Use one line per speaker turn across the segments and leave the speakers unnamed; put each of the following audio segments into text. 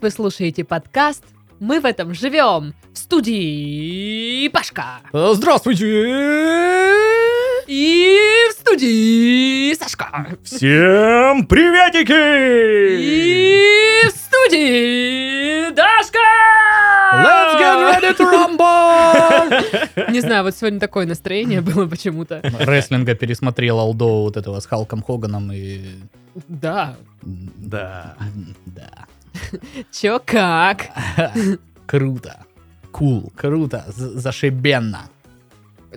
Вы слушаете подкаст «Мы в этом живем» в студии Пашка
Здравствуйте!
и в студии Сашка
Всем приветики!
и в студии Дашка!
Let's get ready to rumble!
Не знаю, вот сегодня такое настроение было почему-то.
Рестлинга пересмотрел Алдо вот этого с Халком Хоганом и...
Да,
м,
Да.
м, Да.
чё как?
Круто. Кул. Круто. З- Зашибенно.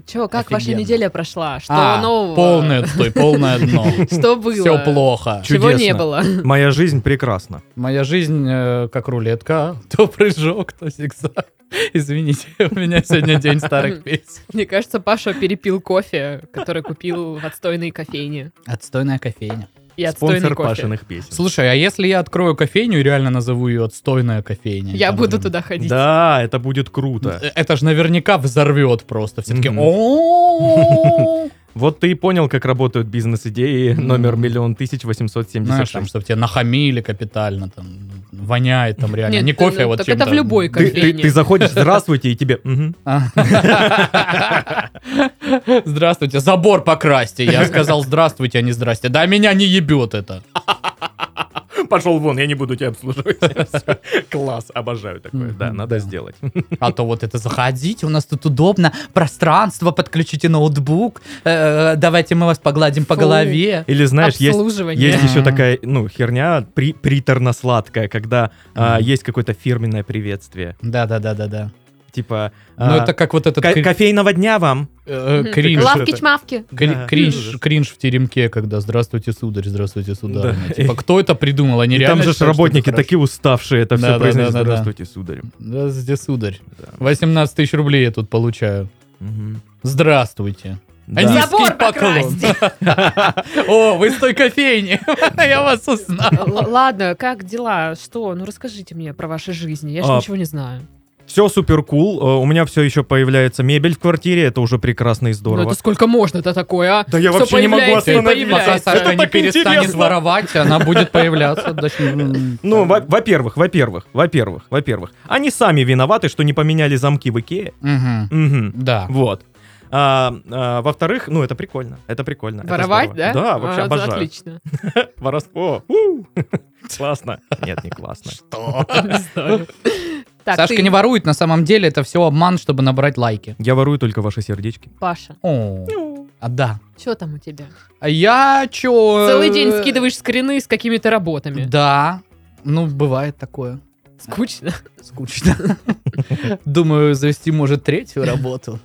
Чё, как ваша
Офигенно.
неделя прошла? Что
А,
нового?
Полное отстой, полное дно.
Что было?
Все плохо.
Чего не
Чудесно.
было?
Моя жизнь прекрасна.
Моя жизнь э, как рулетка. То прыжок, то зигзаг. Извините, у меня сегодня день старых песен.
Мне кажется, Паша перепил кофе, который купил в отстойной кофейне.
Отстойная кофейня.
И отстойный
Спонсор
кофе.
Пашиных песен.
Слушай, а если я открою кофейню и реально назову ее отстойная кофейня?
Я
Там,
буду
м,
туда ходить.
Да, это будет круто.
Э, Это же наверняка взорвет просто. Все таки
Мгм.
о
Вот ты и понял, как работают бизнес-идеи номер миллион тысяч восемьсот семьдесят
Знаешь, там,
шесть.
чтобы тебе нахамили капитально, там, воняет там реально.
Нет,
Не
ну,
кофе, а
ну,
вот
так это
чем-то.
в любой
Ты-
кофейне.
Ты ты заходишь, здравствуйте, и тебе... «Мгм».
А. Здравствуйте, забор покрасьте. Я сказал здравствуйте, а не здрасте. Да меня не ебет это.
Пошел вон, я не буду тебя обслуживать. Класс, обожаю такое. Да,
Мгм,
надо
да.
сделать.
А то вот это заходите, у нас тут удобно, пространство, подключите ноутбук, э, давайте мы вас погладим по
Фу.
голове.
Или знаешь, есть
Обслуживание.
Есть еще
Мгм.
такая, ну, херня при, приторно-сладкая, когда а, есть какое-то фирменное приветствие.
Да-да-да-да-да.
Типа,
Ну
а,
это как вот этот
«Ко-
кри-
кофейного дня вам.
э,
Мгм.
кринж.
Лавки-чмавки.
Кри-
Да.
кринж, кринж в теремке, когда «Здравствуйте, сударь, здравствуйте, сударь».
Да.
Типа, кто это придумал? Они
И
реально
там же ж
считают, что
работники
это хорошо?
такие уставшие, это все
Да-да-да-да-да.
произносит. Здравствуйте, сударь.
Здравствуйте, сударь.
Да.
18 тысяч рублей я тут получаю.
Мгм.
Здравствуйте.
Да.
А низкий
Забор
поклон. О, вы с той кофейни. Я вас узнал.
Л- Ладно, как дела? Что? Ну расскажите мне про ваши жизни. Я же
А.
ничего не знаю.
Все супер кул. э, У меня все еще появляется мебель в квартире, это уже прекрасно и
Ну
здорово.
это сколько можно-то такое, а?
Да я
Всё
вообще не могу
появляется и
остановиться.
Пока
появляется.
Это
Саша не
так
перестанет
интересно.
воровать, она будет появляться. Да,
Ну, во- во-первых, во-первых, во-первых, во-первых, они сами виноваты, что не поменяли замки в Икее.
Мгм.
Мгм.
Да.
Вот. А, а, во-вторых, ну это прикольно, это прикольно. это
Воровать, да?
здорово. Да, вообще
А, это
обожаю.
Отлично.
Воровство. У. Классно. Нет, не классно.
Что?
Не знаю. Так,
Сашка
ты-
не ворует, на самом деле это все обман, чтобы набрать лайки.
Я ворую только ваши сердечки.
Паша,
О, а да.
что там у тебя?
А я чё?
Целый день
э,
скидываешь скрины с какими-то работами.
Да. Ну, бывает такое.
Скучно.
Скучно. Думаю, завести, может, третью работу.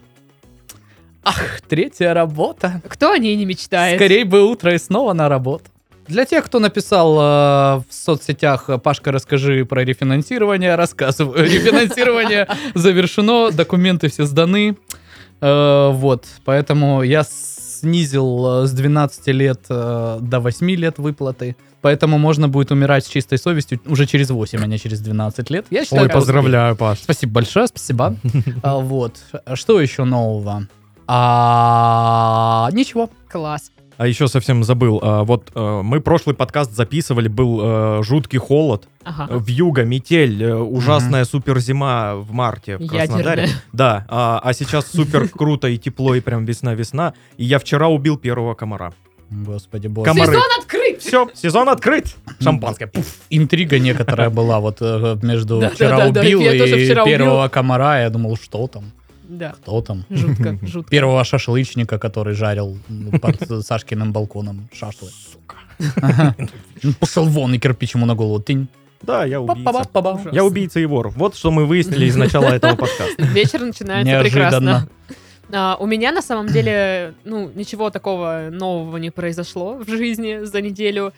Ах, третья работа.
Кто о ней не мечтает?
Скорей бы утро и снова на работу. Для тех, кто написал э, в соцсетях э, «Пашка, расскажи про рефинансирование», рассказываю. Рефинансирование завершено, документы все сданы. Э, вот, поэтому я снизил э, с 12 лет э, до 8 лет выплаты. Поэтому можно будет умирать с чистой совестью уже через 8, а не через 12 лет. Я считаю,
Ой,
это успех.
поздравляю, Паш.
Спасибо большое, спасибо. А, Вот. А Что еще нового? А, Ничего.
Класс.
А еще совсем забыл. а, Вот а, мы прошлый подкаст записывали, был а, жуткий холод,
Ага.
в юго, метель, э, ужасная супер зима в марте в Краснодаре.
Ядерная.
Да, а а сейчас супер круто и тепло, и прям весна-весна. И я вчера убил первого комара.
Господи боже.
Комары.
Сезон открыт!
Все, сезон открыт. Шампанское. Пф.
Интрига некоторая была вот э, между
Да,
вчера
да, да, да,
убил
я тоже
и
вчера убил.
первого комара. Я думал, что там,
Да,
кто там.
жутко, жутко.
Первого шашлычника, который жарил м, под Сашкиным балконом шашлык. Сука. Пошел вон и кирпич ему на голову. Тынь.
Да, я убийца.
Па-па-па-па.
Я убийца и вор. Вот что мы выяснили из начала этого подкаста.
Вечер начинается прекрасно.
Неожиданно.
А, у меня на самом деле, ну, ничего такого нового не произошло в жизни за неделю,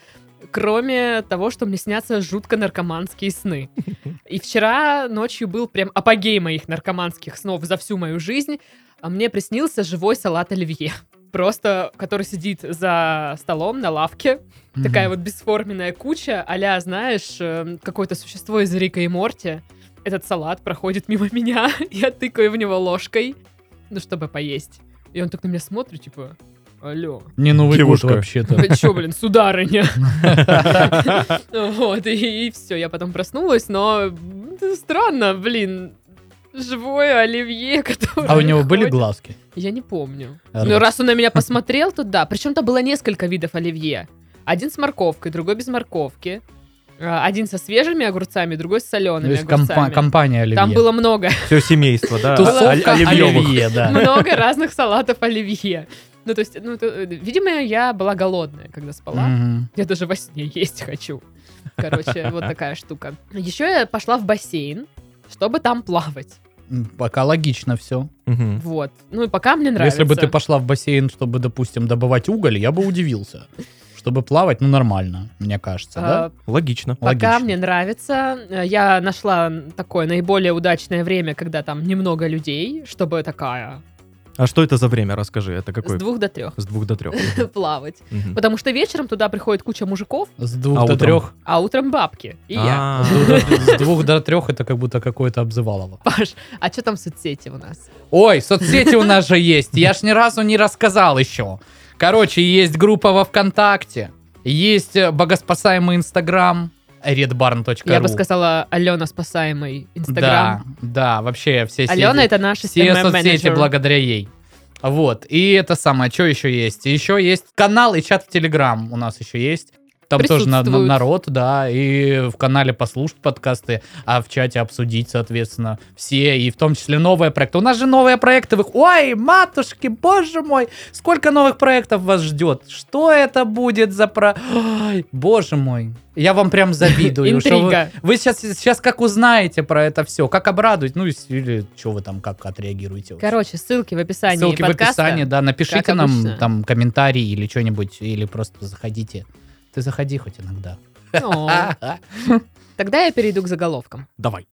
кроме того, что мне снятся жутко наркоманские сны. И вчера ночью был прям апогей моих наркоманских снов за всю мою жизнь. А мне приснился живой салат оливье. Просто, который сидит за столом на лавке, Такая вот бесформенная куча, а знаешь, эм, какое-то существо из Рика и Морти. Этот салат проходит мимо меня, я тыкаю в него ложкой, ну, чтобы поесть. И он так на меня смотрит, типа, Алло.
Не Новый
Девушка.
год вообще-то.
Вы чё, блин, сударыня? Вот, и, все, я потом проснулась, но м, странно, блин. Живое оливье, которое...
А у него были
ходит.
глазки?
Я не помню.
А,
Но
вот.
Ну, раз он на меня посмотрел, то да. Причем там было несколько видов оливье. Один с морковкой, другой без морковки. А, Один со свежими огурцами, другой с
То
солеными
есть компа-
огурцами.
компания Оливье. А,
Там было много,
Все семейство, да.
Тусовка
оли-
Оливьевых.
оливьевых.
да.
много разных салатов оливье. Ну, то есть, ну, то- э, видимо, я была голодная, когда спала.
Мгм.
Я даже во сне есть хочу. Короче, вот такая штука. Еще я пошла в бассейн, чтобы там плавать.
М, Пока логично все.
Мгм.
Вот. Ну и пока мне нравится.
Если бы ты пошла в бассейн, чтобы, допустим, добывать уголь, я бы удивился. Чтобы плавать, ну нормально, мне кажется,
А,
да?
Логично.
Пока
Логично.
мне нравится. Э, Я нашла такое наиболее удачное время, когда там немного людей, чтобы такая
А что это за время, расскажи? Это какой?
с двух до трех
С двух до трех.
плавать. Потому что вечером туда приходит куча мужиков,
С
А
двух до
утром?
трех.
а утром бабки. И я.
А,
С двух до трех это как будто какое-то обзывалово.
Паш, а что там в соцсети у нас?
Ой, соцсети у нас же есть. Я ж ни разу не рассказал еще. Короче, есть группа во ВКонтакте, есть э, богоспасаемый Инстаграм, redbarn.ru.
Я бы сказала Алена спасаемый Инстаграм.
Да, да, вообще все сети-
Алена это наш
все
SMM
соцсети
менеджер.
благодаря ей. Вот, и это самое, что еще есть? Еще есть канал и чат в Телеграм у нас еще есть. Там тоже на- на-
Присутствуют.
народ, да, и в канале послушать подкасты, а в чате обсудить, соответственно, все, и в том числе новые проекты. У нас же новые проекты. вых- Ой, матушки, боже мой, сколько новых проектов вас ждет? Что это будет за про... Ой, боже мой, я вам прям завидую. ну что вы-
Интрига.
вы сейчас, сейчас как узнаете про это все, как обрадовать, ну ис- или что вы там как отреагируете. вообще.
Короче, ссылки в описании
Ссылки
подкаста.
в описании, да, напишите
как
нам
обычно.
там комментарий или что-нибудь, или просто заходите. Ты заходи хоть иногда. А,
О, Тогда я перейду к заголовкам.
Давай.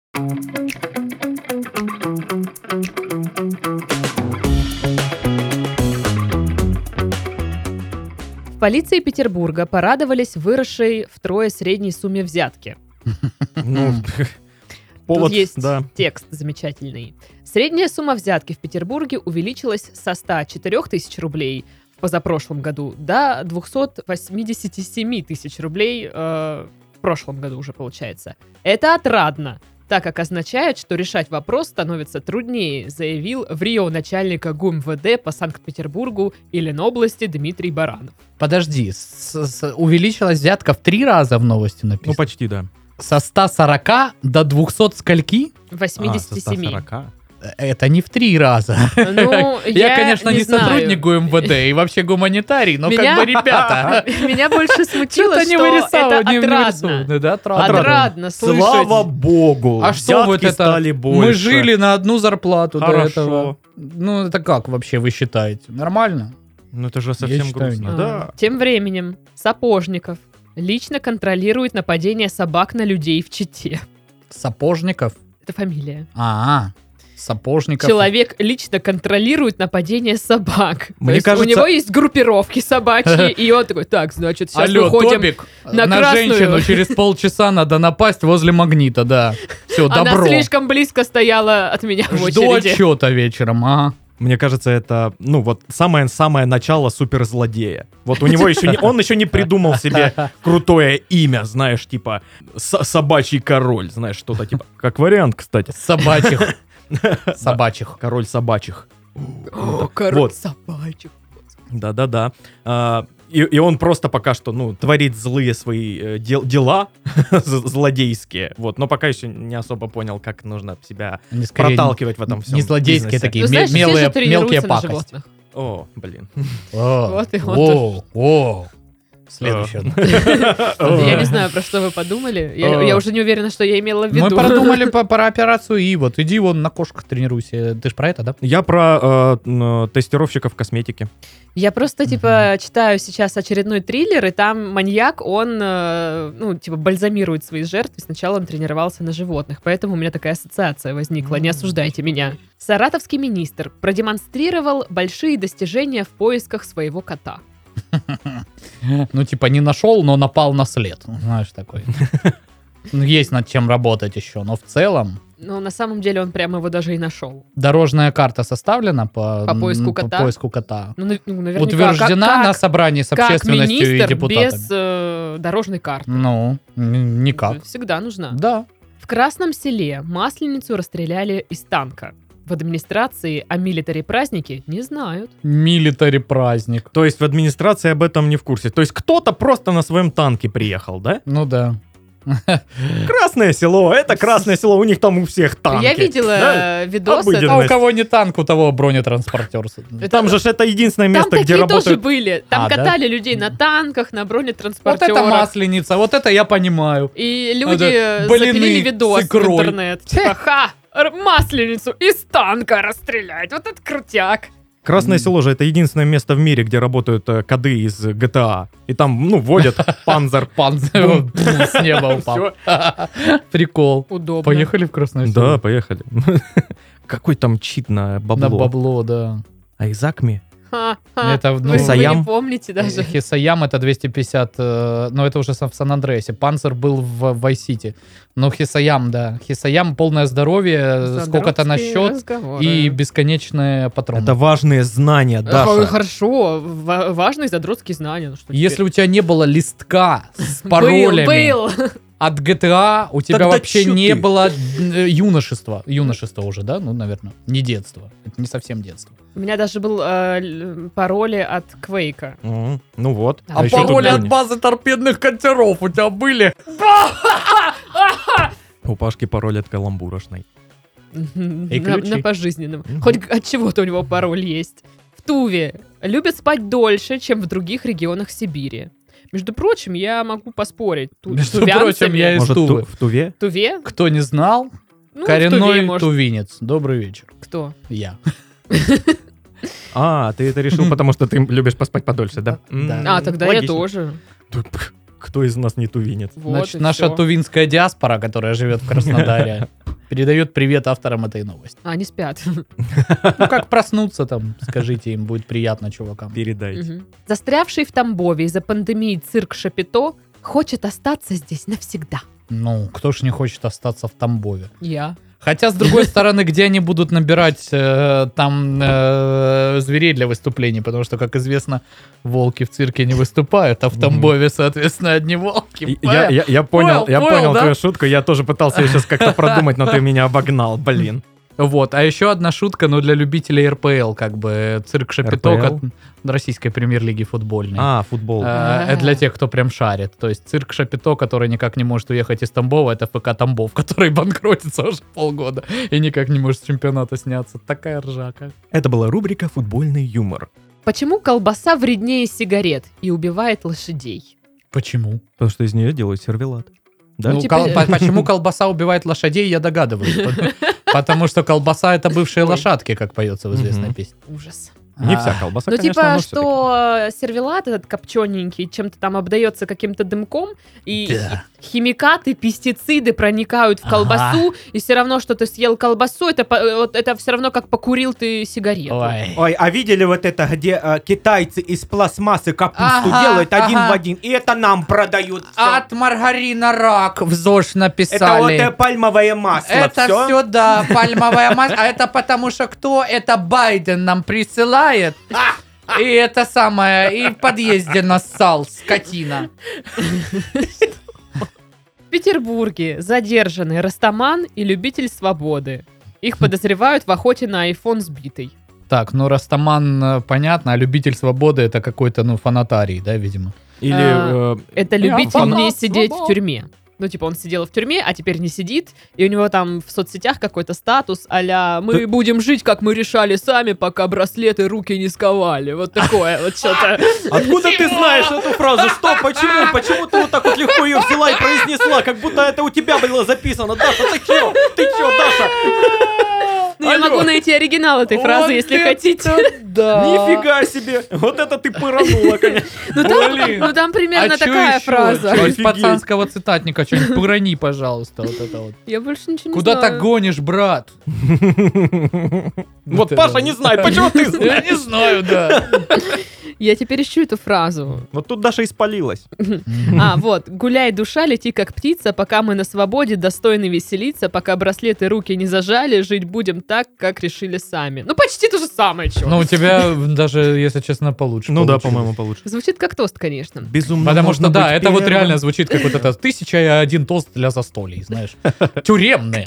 В полиции Петербурга порадовались выросшей втрое средней сумме взятки.
Ну,
Тут
повод,
есть
да. Ну,
текст замечательный. Средняя сумма взятки в Петербурге увеличилась со 104 тысяч рублей в позапрошлом году до 287 тысяч рублей э, в прошлом году уже получается. Это отрадно, так как означает, что решать вопрос становится труднее, заявил в Рио начальник ГУМВД по Санкт-Петербургу и Ленобласти Дмитрий Баранов.
А, Подожди, с- с- увеличилась взятка в три раза в новости
Ну,
написано.
почти, да. со
Со 140 до 200 скольки?
А,
87.
140.
Э, Это не в три раза.
Ну,
Я, конечно, не,
знаю.
сотрудник ГУМВД и вообще гуманитарий, но
Меня-
Ну, как бы, ребята, а?
Меня больше смутило,
чё-то
что
не вырисовывают,
это
не
отрадно.
вырисовывают. Да, отрадно.
Отрадно
Ну,
слышать.
Слава богу.
А что вот
взятки
это?
стали больше.
Мы жили на одну зарплату
Хорошо.
до этого. Ну, это как вообще вы считаете? Нормально?
Ну, это же
Я
совсем
считаю,
А,
грустно. Да.
Тем временем Сапожников лично контролирует нападение собак на людей в Чите.
Сапожников?
Это фамилия.
А, сапожников.
Человек лично контролирует нападение собак.
Мне
То есть
кажется-
у него есть группировки собачьи, и он такой, так, значит, сейчас
Алло,
выходим.
Тобик,
на
на,
красную.
женщину через полчаса надо напасть возле магнита, да. Все,
Она
добро.
слишком близко стояла от меня в
Жду
очереди.
отчета вечером, а? ага.
Мне кажется, это, ну, вот самое, самое начало суперзлодея. Вот у него еще не, он еще не придумал себе крутое имя, знаешь, типа со- собачий король, знаешь, что-то типа. Как вариант, кстати.
Собачих. Собачих.
Король собачих.
О, король
Вот.
собачек.
Да-да-да. А, и, и он просто пока что, ну, творит злые свои э, дел- дела з- злодейские. Вот, но пока еще не особо понял, как нужно себя
Они а скорее
проталкивать в этом всем.
не злодейские
бизнесе.
такие,
Ну,
ме-
знаешь, все
мелые-
же тренируются
мелкие
на
пакости.
животных.
О, блин.
О,
Вот и он
о, о. Следующее.
Я не знаю, про что вы подумали. Я,
Э.
я уже не уверена, что я имела в виду.
Мы продумали по- про операцию И. Вот иди вон на кошках тренируйся. Ты ж про это, да?
Я про э, м, тестировщиков косметики.
Я просто, типа, читаю сейчас очередной триллер, и там маньяк, он, э, ну, типа, бальзамирует свои жертвы. Сначала он тренировался на животных, поэтому у меня такая ассоциация возникла. Не осуждайте меня. Саратовский министр продемонстрировал большие достижения в поисках своего кота.
Ну, типа, не нашел, но Ну, напал на след. Знаешь, такой. Ну, Есть над чем работать еще, но в целом...
Но на самом деле он прямо его даже и нашел.
Дорожная карта составлена по,
По поиску
м, по
кота?
поиску кота.
Ну, на- ну, наверняка.
Утверждена
как-
на
как-
собрании с
как
общественностью и
министр
депутатами.
без э, дорожной карты.
Ну, н- никак.
Всегда нужна.
Да.
В Красном селе масленицу расстреляли из танка. В администрации о милитаре празднике не знают.
Милитари праздник.
То есть в администрации об этом не в курсе. То есть кто-то просто на своем танке приехал, да?
Ну да.
Красное село, это красное село, у них там у всех танки.
Я видела
да?
э, видосы.
обыденно.
А у
Настя.
кого не танк, у того бронетранспортер.
э, Это-
Там же ж это единственное
Там
место,
такие
где
тоже
работают...
были. Там
А, да?
катали людей на танках, на
Вот
бронетранспортерах.
это масленица, вот это я понимаю.
И люди
Это
э,
блины
запилили
с
видос в
икрой.
интернет. Типа, ха, р- масленицу из танка расстрелять. Вот это крутяк.
Красное село же это единственное место в мире, где работают э, коды из GTA. И там, ну, водят панзер.
Панцирь
Бум.
с неба упал. Прикол.
Удобно.
Поехали в Красное
Да,
Село.
поехали. Какой там чит
Ну,
на
На
бабло?
бабло, да.
А из Акми?
Ха, ха.
Это,
Вы-
ну,
вы не
Саям.
помните даже.
Хисаям это 250, э, но это уже в Сан-Андреасе. Панцер был в Вайсити. Но Хисаям, да. Хисаям полное здоровье, э, сколько-то на
Задротские
счет
разговоры.
и бесконечные патроны.
Это важные знания,
Э, хо-
Даша.
Хорошо, ва- важные задротские знания. Ну, что
Если
теперь?
у тебя не было листка с
Был,
паролями
Был,
от GTA, у тебя
Тогда
вообще
чё
не
ты?
было э, юношества. Юношество уже, да? Ну, наверное. Не детство. Это не совсем детство.
У меня даже был э, л- пароли от Квейка.
Мгм. Ну вот.
А
ещё тут
пароли
помни.
базы торпедных катеров у тебя были?
У Пашки пароль от каламбурошной.
И на,
ключи.
на пожизненном.
Мгм.
Хоть от чего-то у него пароль есть. В Туве любят спать дольше, чем в других регионах Сибири. Между прочим, я могу поспорить. ту- с
Между прочим,
тувянцами-
я из
Может, ту-
Тувы.
в Туве?
В Туве?
Кто не знал,
Ну, в Туве,
коренной
может,
тувинец. Добрый вечер.
кто?
Я.
А, ты это решил, потому что ты любишь поспать подольше, да?
Да.
М,
А, тогда я
логично.
тоже.
Тут, пх, Кто из нас не тувинец?
Вот
Значит,
и
наша
всё.
тувинская диаспора, которая живет в Краснодаре, передает привет авторам этой новости.
А, они спят.
Ну, как проснуться там, скажите им, будет приятно чувакам.
Передайте.
Мгм. Застрявший в Тамбове из-за пандемии цирк Шапито хочет остаться здесь навсегда.
Ну, кто ж не хочет остаться в Тамбове?
Я.
Хотя, с другой стороны, где они будут набирать э, там э, зверей для выступлений? Потому что, как известно, волки в цирке не выступают, а в
Мгм.
Тамбове, соответственно, одни волки.
И- Я, я- я понял, я
понял,
понял
да?
твою шутку, я тоже пытался ее сейчас как-то продумать, но ты меня обогнал, блин.
Вот, а еще одна шутка, но для любителей РПЛ, как бы, цирк Шапито,
РПЛ?
как российской премьер-лиги футбольной.
А, футбол.
Э,
А.
Это для тех, кто прям шарит. То есть цирк Шапито, который никак не может уехать из Тамбова, это ФК Тамбов, который банкротится уже полгода и никак не может с чемпионата сняться. Такая ржака.
Это была рубрика «Футбольный юмор».
Почему колбаса вреднее сигарет и убивает лошадей?
Почему?
Потому что из нее делают сервелат. Да?
Ну,
типа-
кол- по- почему колбаса убивает лошадей, я догадываюсь. Потому- Потому что колбаса это бывшие
Ой.
лошадки, как поется в известной
Мгм.
песне.
Ужас.
Не
А,
вся колбаса,
ну,
конечно,
типа,
но всё-таки.
что э, сервелат этот копчененький чем-то там обдается каким-то дымком, и
Да.
химикаты, пестициды проникают в
Ага.
колбасу, и все равно, что ты съел колбасу, это, по- э, вот это все равно, как покурил ты сигарету.
Ой.
Ой, а видели вот это, где э, китайцы из пластмассы капусту
Ага,
делают один
ага.
в один, и это нам продают. всё.
От маргарина рак в ЗОЖ
это вот
написали.
э, пальмовое масло.
Это
всё.
все, да, пальмовая масло. А это потому что кто? Это Байден нам присылает. И это самое, и в подъезде нассал, скотина.
В Петербурге задержаны Растаман и любитель свободы. Их подозревают в охоте на айфон сбитый.
Так, ну Растаман, э, понятно, а любитель свободы это какой-то, ну, фанатарий, да, видимо?
А,
Или... э,
Это любитель
фанат
не сидеть в
свободы.
тюрьме. Ну, типа, он сидел в тюрьме, а теперь не сидит, и у него там в соцсетях какой-то статус а «Мы будем жить, как мы решали сами, пока браслеты руки не сковали». Вот такое вот что-то.
Откуда ты знаешь?
эту фразу? Что? Почему? Почему ты вот так вот легко ее взяла и произнесла, как будто это у тебя было записано? Даша, ты чё? Ты чё, Даша?
Ну, я
Алло.
могу найти оригинал этой фразы, если хотите.
Да.
Нифига себе! Вот это ты пыранула, конечно.
Ну, там- ну, там примерно
А
такая фраза.
Из
Офигеть.
пацанского цитатника что-нибудь пырани, пожалуйста, вот это вот.
Я больше ничего не
Куда
знаю.
так гонишь, брат?
Вот Паша не знает, почему ты
Я
знаешь?
не знаю, да.
Я теперь ищу эту фразу.
Вот тут Даша испалилась.
А, вот. Гуляй, душа, лети как птица, пока мы на свободе, достойны веселиться, пока браслеты руки не зажали, жить будем так, как решили сами. Ну, почти то же самое, чё.
Ну, у тебя даже, если честно, получше.
Ну да,
получилось.
по-моему, получше.
Звучит как тост, конечно.
Безумно.
Потому
Ну, можно
что, да,
быть
это вот
первым.
реально звучит как вот это «тысяча и один тост для застолий», знаешь. Тюремные.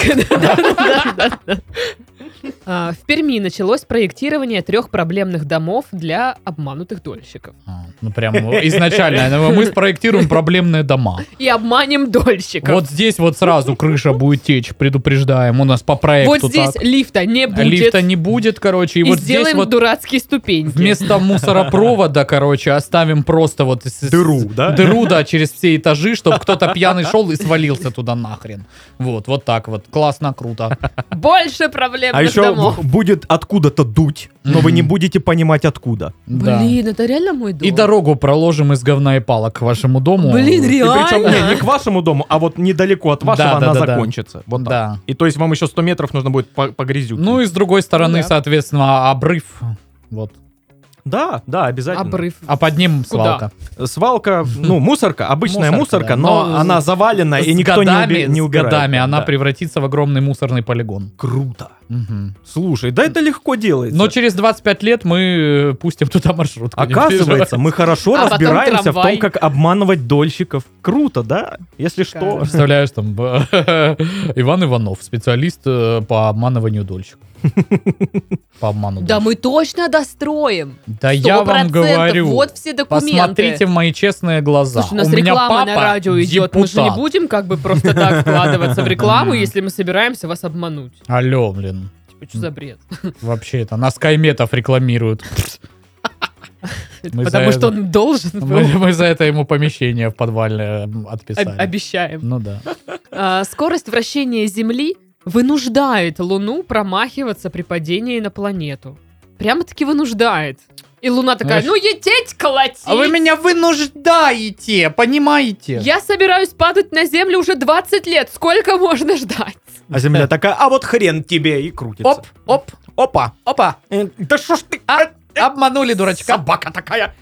А, В Перми началось проектирование трех проблемных домов для обманутых дольщиков.
А, Ну, прям изначально. Ну, Мы спроектируем проблемные дома.
И обманем дольщиков.
Вот здесь вот сразу крыша будет течь, предупреждаем. У нас по
Вот
проекту
здесь
так.
лифта не будет.
Лифта не будет, короче. И
И
вот здесь
сделаем
вот
дурацкие ступеньки.
вместо мусоропровода, короче, оставим просто вот... с- с-
Дыру, да?
Дыру, да, через все этажи, чтобы кто-то пьяный шел и свалился туда нахрен. Вот, вот так вот. Классно, круто.
Больше проблемных
А еще
домов.
б- будет откуда-то дуть, но вы не
Мгм.
будете понимать откуда.
Да.
Блин, это реально мой дом.
И дорогу проложим из говна и палок к вашему дому.
Блин,
И причем
реально.
не, не к вашему дому, а вот недалеко от вашего
Да, да,
она
да, да.
закончится. Вот так.
Да.
И то есть вам еще 100 метров нужно будет по, по грязюке.
Ну и с другой стороны,
Да.
соответственно, а, обрыв. Вот.
да, да, обязательно.
Обрыв.
А под ним свалка.
Свалка, ну, мусорка, обычная
Мусорка, да.
мусорка, но,
Но
она завалена, и
С
никто не
годами-
уби- не,
с
убирает.
годами она
Да.
превратится в огромный мусорный полигон.
Круто.
Мгм.
Слушай, да это легко делается.
Но через 25 лет мы э, пустим туда маршрутку. не
Оказывается, мы хорошо
А потом
разбираемся в
трамвай.
том, как обманывать дольщиков. Круто, да? Если что.
Шикарно.
Представляешь, там э, Иван Иванов, специалист э, по обманыванию дольщиков. По обману
Да
дольщиков.
мы точно достроим.
Да я вам
100%.
говорю.
Вот все документы.
Посмотрите в мои честные глаза.
Слушай, у нас
меня
реклама
папа
на радио идет. Мы же не
депутат.
будем как бы просто так вкладываться в рекламу, если мы собираемся вас обмануть.
Алло, блин.
Типа, что за бред?
Вообще это, нас Кайметов рекламируют. Мы
Потому
за
что
это-
он должен
Мы,
был.
мы за это ему помещение в подвальное м,
ну. Об-
отписали.
Обещаем.
Ну да.
А, Скорость вращения Земли вынуждает Луну промахиваться при падении на планету. Прямо-таки вынуждает. И Луна такая,
Знаешь- А
ну ететь колотить!
меня вынуждаете, понимаете?
Я собираюсь падать на Землю уже 20 лет. Сколько можно ждать?
А земля такая, а вот хрен тебе, и крутится.
Оп, оп, опа, опа. А,
Э, Да что ж ты, э,
Обманули дурачка.
собака такая.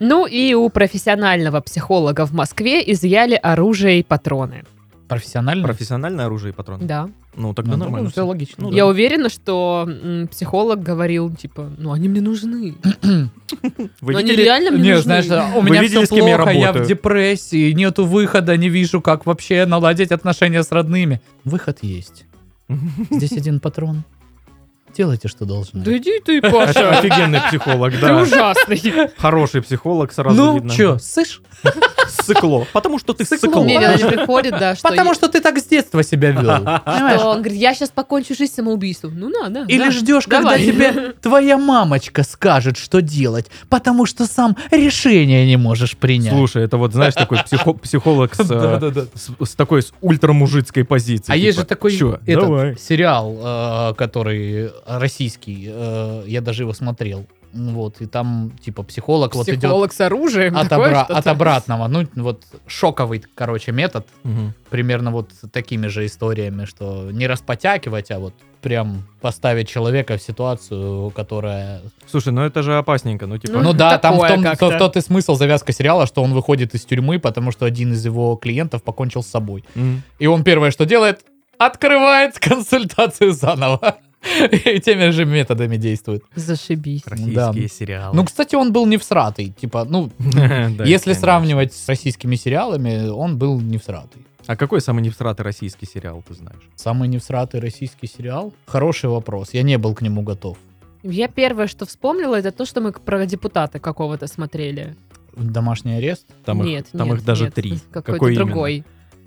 Ну и у профессионального психолога в Москве изъяли оружие и патроны.
Профессионально?
Профессиональное оружие и патроны?
Да.
Ну, тогда
Ну,
нормально.
ну,
всё.
всё логично.
Ну,
Я
да.
уверена, что м, психолог говорил, типа, ну они мне нужны.
Вы
Но они
видели?
реально мне
Не,
нужны.
знаешь, а, у
Вы
меня
видели,
все
с кем я
плохо, я в
работаю?
депрессии, нету выхода, не вижу, как вообще наладить отношения с родными. Выход есть. Здесь один патрон. Делайте, что должны.
Да иди ты,
Это
Паша.
офигенный психолог,
Ты
да.
ужасный.
Хороший психолог, сразу
Ну,
видно.
чё, слышь?
Сыкло. Потому что ты
Сыкло.
сыкло.
Мне реально приходит, да, что
Потому
я-
что ты так с детства себя вел.
что он говорит, я сейчас покончу жизнь самоубийством. Ну на, на.
Или
на.
ждешь, когда
Давай.
тебе твоя мамочка скажет, что делать, потому что сам решение не можешь принять.
Слушай, это вот, знаешь, такой психо- психолог с, э,
Да-да-да.
с с такой с ультрамужицкой позиции.
А есть
типа,
же такой
«Чё,
этот
давай».
сериал, э, который российский, э, я даже его смотрел. Вот, и там, типа, психолог, вот идет
Психолог с оружием.
от,
такое
обра-
что-то.
от обратного. Ну, вот шоковый, короче, метод.
Мгм.
Примерно вот такими же историями, что не распотякивать, а вот прям поставить человека в ситуацию, которая
Слушай, ну это же опасненько. Ну, типа,
Ну да, там в
такое
том,
как-то.
в тот и смысл завязка сериала, что он выходит из тюрьмы, потому что один из его клиентов покончил с собой.
м.
И он первое, что делает, открывает консультацию заново. И теми же методами действует.
Зашибись.
российские сериалы.
Ну, кстати, он был не всратый. Типа, ну,
Да,
если
конечно.
сравнивать с российскими сериалами, он был не всратый.
А какой самый невсратый российский сериал ты знаешь?
Самый невсратый российский сериал? Хороший вопрос. Я не был к нему готов.
Я первое, что вспомнила, это то, что мы про депутата какого-то смотрели.
Домашний арест?
Там их-
нет,
там
нет,
их даже
нет.
три.
Какой-то
Какой именно?
другой.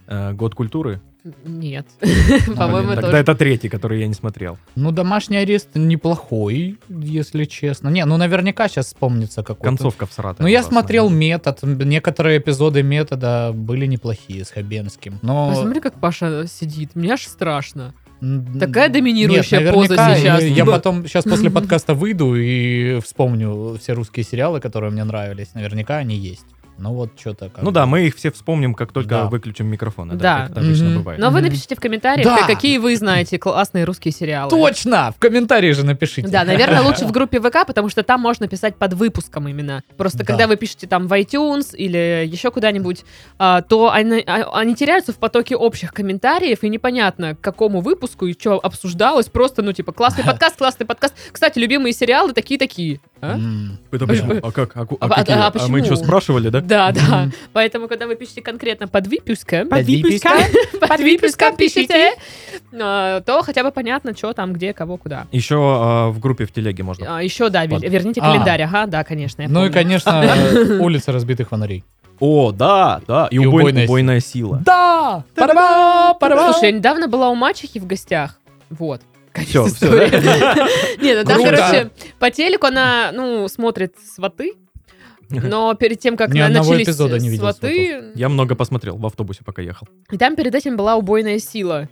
Э, Год культуры?
Нет.
блин,
По-моему,
Тогда
тоже.
это третий, который я не смотрел.
Ну, домашний арест неплохой, если честно. Не, ну наверняка сейчас вспомнится какой-то.
Концовка всратая.
Ну, я
ужасная.
смотрел метод. Некоторые эпизоды метода были неплохие с Хабенским. Но.
Посмотри, как Паша сидит. Мне аж страшно.
м,
такая доминирующая
нет,
поза
наверняка,
сейчас.
Я
Б-
потом сейчас после подкаста выйду и вспомню все русские сериалы, которые мне нравились. Наверняка они есть. Ну вот что-то как
Ну да, мы их все вспомним, как только
Да.
выключим микрофоны.
Да.
Да, как это обычно
Мгм.
бывает.
Но вы
Мгм.
напишите в комментариях,
Да.
как- какие вы знаете классные русские сериалы.
Точно! В комментарии же напишите.
Да, наверное, лучше в группе ВК, потому что там можно писать под выпуском именно. Просто
Да.
когда вы пишете там в iTunes или еще куда-нибудь, а, то они, а- они теряются в потоке общих комментариев, и непонятно, к какому выпуску и что обсуждалось. Просто, ну, типа, классный подкаст, классный подкаст. Кстати, любимые сериалы такие-такие. А?
М.
Это почему? А как? А, ку- а
А- а-
какие?
а
мы
почему?
что, спрашивали, да?
Да, да.
Мгм.
Поэтому, когда вы пишете конкретно под выпуском,
Под
под выпуском пишите, а, то хотя бы понятно, что там, где, кого, куда.
Еще а, в группе в телеге можно.
еще, да, вер-
Под-
верните
А.
календарь. Ага, да, конечно. я
Ну и,
помню.
конечно, э, улица разбитых фонарей.
О, да, да. И,
И
убой-
убойная
убойная,
си-
сила.
Да! Парва! Парва!
Слушай, я недавно была у мачехи в гостях. Вот.
Всё,
Конец
всё,
истории. Не, ну там,
Круто.
короче, по телеку она, ну, смотрит сваты, но перед тем, как
Ни
на-
одного
начались
эпизода не видел
сваты,
Я много посмотрел в автобусе, пока ехал.
и там перед этим была убойная сила.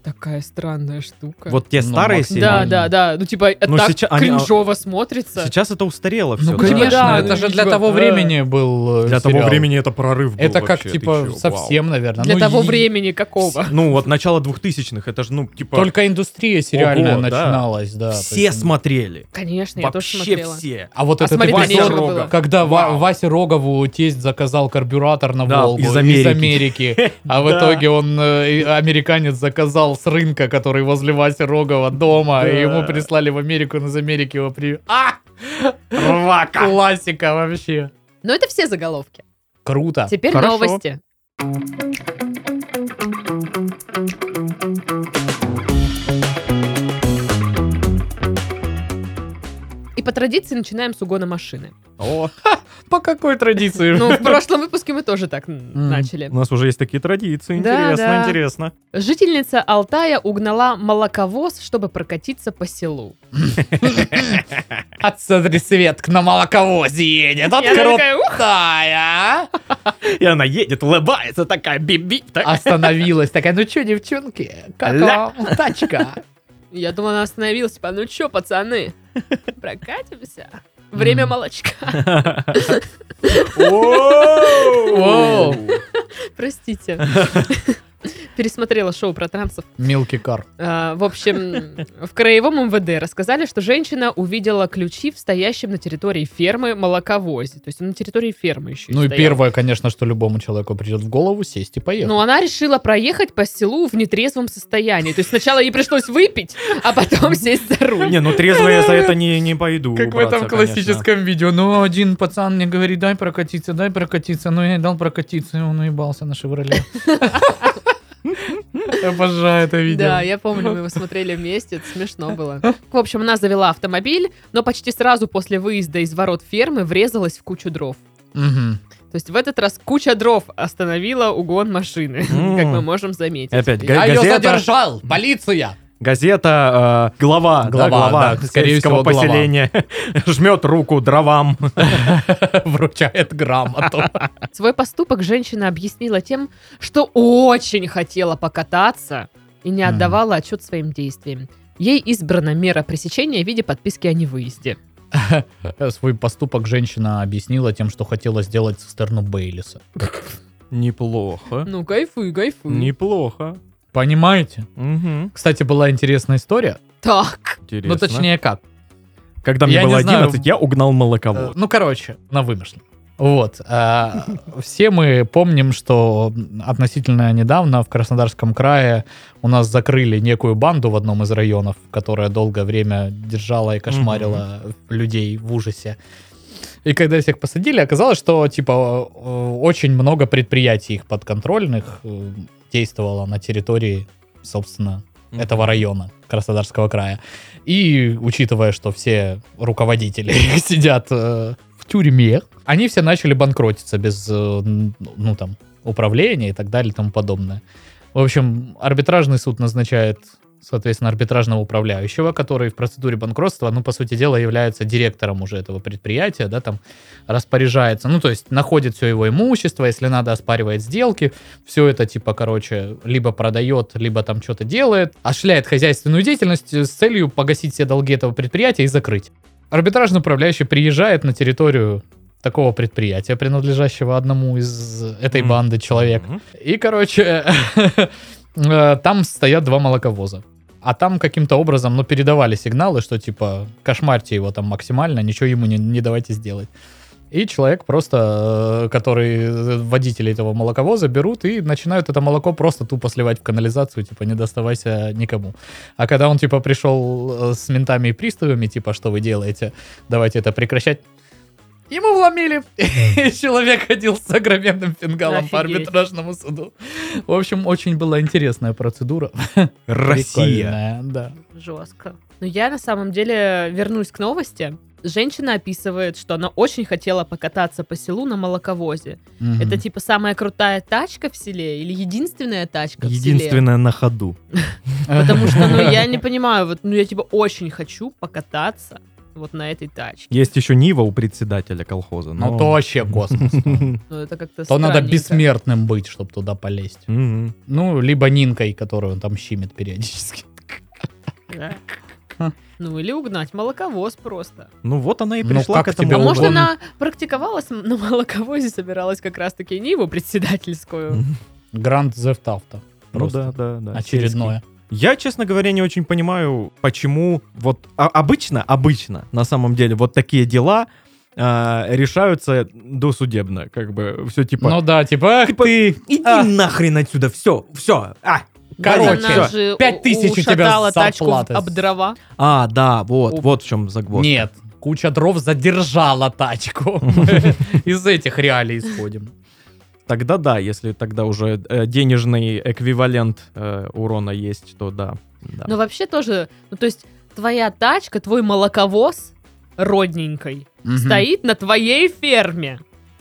Такая странная штука.
Вот те
Ну,
старые
Макс,
серии.
Да, да, да. Ну, типа, это
Ну,
так
сейчас они-
кринжово смотрится.
Сейчас это устарело все.
Ну,
да.
конечно,
Да,
это
ну,
же для
типа,
того
э,
времени был э,
Для того
сериал.
времени это прорыв был
Это как,
вообще, ты
типа,
чё, вау.
совсем, наверное.
Для
Ну,
того
и-
времени какого?
Ну, вот начало 2000-х, это же, ну, типа...
Только индустрия сериальная
Ого, да.
начиналась, да. то
Все
есть-
смотрели.
Конечно, я тоже
Вообще
смотрела.
все.
А вот
А
это ты
смотреть на
помнишь,
нечего было.
когда Ва-
Вау.
Васе Рогову тесть заказал карбюратор на
Да,
Волгу
из Америки.
Америки, а в
Да.
итоге он, э, и американец, заказал с рынка, который возле Васи Рогова дома, и
Да.
ему прислали в Америку, он из Америки его при... А! Классика вообще.
Но это все заголовки.
Круто.
Теперь
Хорошо.
новости. И по традиции начинаем с угона машины.
О,
По какой традиции?
Ну, в прошлом выпуске мы тоже так н- начали.
у нас уже есть такие традиции.
Да,
Интересно,
да.
интересно.
Жительница Алтая угнала молоковоз, чтобы прокатиться по селу.
От Садрисветк на молоковозе едет, от
Я такая,
крутая.
И она едет, улыбается, такая биби.
Остановилась такая, ну чё, девчонки, как
Ля.
вам тачка?
Я думала, она остановилась, типа, ну чё, пацаны, прокатимся? Время
М.
молочка.
Воу.
Простите. Пересмотрела шоу про трансов.
Мелкий кар.
А, В общем, в краевом МВД рассказали, что женщина увидела ключи в стоящем на территории фермы молоковозе. То есть он на территории фермы еще
Ну и
стоял.
первое, конечно, что любому человеку придет в голову, сесть и поехать.
Но она решила проехать по селу в нетрезвом состоянии. То есть сначала ей пришлось выпить, а потом сесть за руль.
Не, ну трезво я за это не, не пойду.
как в
братцы,
этом
конечно.
классическом видео. Ну, один пацан мне говорит, дай прокатиться, дай прокатиться. Ну, я и дал прокатиться, и он уебался на «Шевроле». Обожаю это видео.
Да, я помню, мы его смотрели вместе, это смешно было. В общем, она завела автомобиль, но почти сразу после выезда из ворот фермы врезалась в кучу дров.
Мгм.
То есть в этот раз куча дров остановила угон машины,
М.
как мы можем заметить.
Опять га-
Я ее
газета,
задержал, полиция!
газета э, глава, да,
Глава,
глава,
да, скорее
сельского
всего, глава.
поселения жмет руку дровам.
Вручает грамоту.
Свой поступок женщина объяснила тем, что очень хотела покататься и не
Мгм.
отдавала отчет своим действиям. Ей избрана мера пресечения в виде подписки о невыезде.
Свой поступок женщина объяснила тем, что хотела сделать цистерну Бейлиса.
Неплохо.
Ну, кайфуй, кайфуй.
Неплохо.
Понимаете?
Мгм.
Кстати, была интересная история.
Так.
Интересно.
Ну, точнее, как.
Когда
я
мне было
не знаю.
11, я угнал
Э,
молоковоз.
Ну, короче, на вымышленно. Вот. а, Все мы помним, что относительно недавно в Краснодарском крае у нас закрыли некую банду в одном из районов, которая долгое время держала и кошмарила людей в ужасе. И когда всех посадили, оказалось, что типа э, очень много предприятий их подконтрольных э, действовало на территории, собственно,
Мгм.
этого района Краснодарского края. И учитывая, что все руководители сидят э, в тюрьме, они все начали банкротиться без, э, н- ну там, управления и так далее и тому подобное. В общем, арбитражный суд назначает, соответственно, арбитражного управляющего, который в процедуре банкротства, ну, по сути дела, является директором уже этого предприятия, да, там распоряжается, ну, то есть находит все его имущество, если надо, оспаривает сделки, все это, типа, короче, либо продает, либо там что-то делает, ошляет хозяйственную деятельность с целью погасить все долги этого предприятия и закрыть. Арбитражный управляющий приезжает на территорию такого предприятия, принадлежащего одному из этой
Мгм.
банды человек.
Мгм.
И, короче, э, там стоят два молоковоза. А там каким-то образом, ну, передавали сигналы, что, типа, кошмарьте его там максимально, ничего ему не, не давайте сделать. И человек просто, э, который, э, водители этого молоковоза берут и начинают это молоко просто тупо сливать в канализацию, типа, не доставайся никому. А когда он, типа, пришел э, с ментами и приставами, типа, что вы делаете, давайте это прекращать, Ему вломили. И человек ходил с огроменным фингалом по
Офигеть.
арбитражному суду. В общем, очень была интересная процедура.
Россия.
Прикольная, да.
Жестко. Но я на самом деле вернусь к новости. Женщина описывает, что она очень хотела покататься по селу на молоковозе.
Мгм.
Это типа самая крутая тачка в селе или единственная тачка в селе?
Единственное на ходу.
Потому что, ну, я не понимаю, вот, ну, я типа очень хочу покататься вот на этой тачке.
Есть еще Нива у председателя колхоза.
Ну,
но-
то вообще космос.
Но Ну, это как-то
То надо
странненько.
бессмертным быть, чтобы туда полезть.
Мгм.
Ну, либо Нинкой, которую он там щимит периодически.
Да. Ну, или угнать молоковоз просто.
Ну, вот она и
Ну,
пришла
как
к этому.
тебе
А может,
угодно.
она практиковалась м- на молоковозе, собиралась как раз-таки Ниву председательскую.
Гранд Зефт Авто.
Ну,
Просто
да, да, да. сельский.
Очередное.
Я, честно говоря, не очень понимаю, почему вот а- обычно, обычно, на самом деле, вот такие дела а, решаются досудебно, как бы все типа.
Ну да, типа, ах
Типа,
ты,
Иди
а.
нахрен отсюда, все, все. А,
короче,
Она же
пять
у-
тысяч у тебя
ушатала
с
тачку в-
зарплаты.
об дрова.
а, да, вот,
Оп.
вот в чем загвоздка.
Нет, куча дров задержала тачку. Из этих реалий исходим.
Тогда да, если тогда уже э, денежный эквивалент э, урона есть, то да. да.
Но вообще тоже, ну то есть твоя тачка, твой молоковоз родненькой стоит на твоей ферме.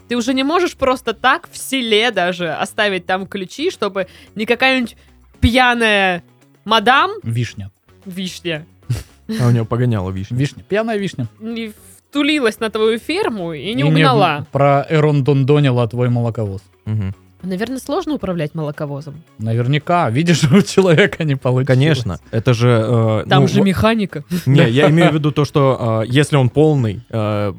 Ты уже не можешь просто так в селе даже оставить там ключи, чтобы не какая-нибудь пьяная мадам
Вишня.
вишня
А у него погоняло вишня.
Вишня. Пьяная вишня.
не втулилась на твою ферму и не угнала.
Про Эрон Дондонила твой молоковоз.
Мгм.
Наверное, сложно управлять молоковозом.
Наверняка. Видишь, у человека не получилось.
Конечно, это же... э,
Там
ну,
же
во-
механика.
Не, я имею в виду то, что э, если он полный, э,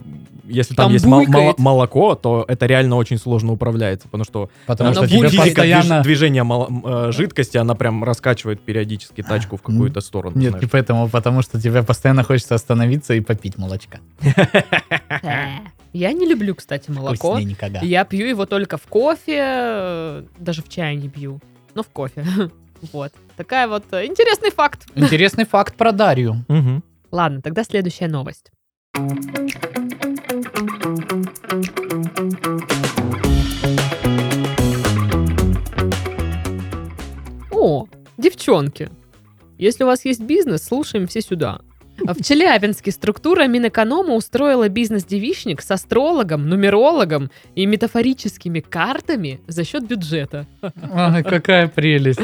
если там,
Там
есть мол-
булькает.
мол- молоко, то это реально очень сложно управляется, потому что,
Потому
Оно
что тебе
будет
физика движ-
постоянно...
движения мол- э, жидкости, она прям раскачивает периодически тачку в какую-то сторону.
Нет,
знаешь.
не поэтому, потому что тебе постоянно хочется остановиться и попить молочка.
Я не люблю, кстати, молоко.
Вкусненько, да.
Я пью его только в кофе, э, даже в чай не пью, но в кофе. Вот. Такая вот э, интересный факт.
Интересный факт про Дарью.
Мгм.
Ладно, тогда следующая новость. О, девчонки. Если у вас есть бизнес, слушаем все сюда. А В Челябинске структура Минэконома устроила бизнес-девичник с астрологом, нумерологом и метафорическими картами за счет бюджета.
Ой, какая прелесть.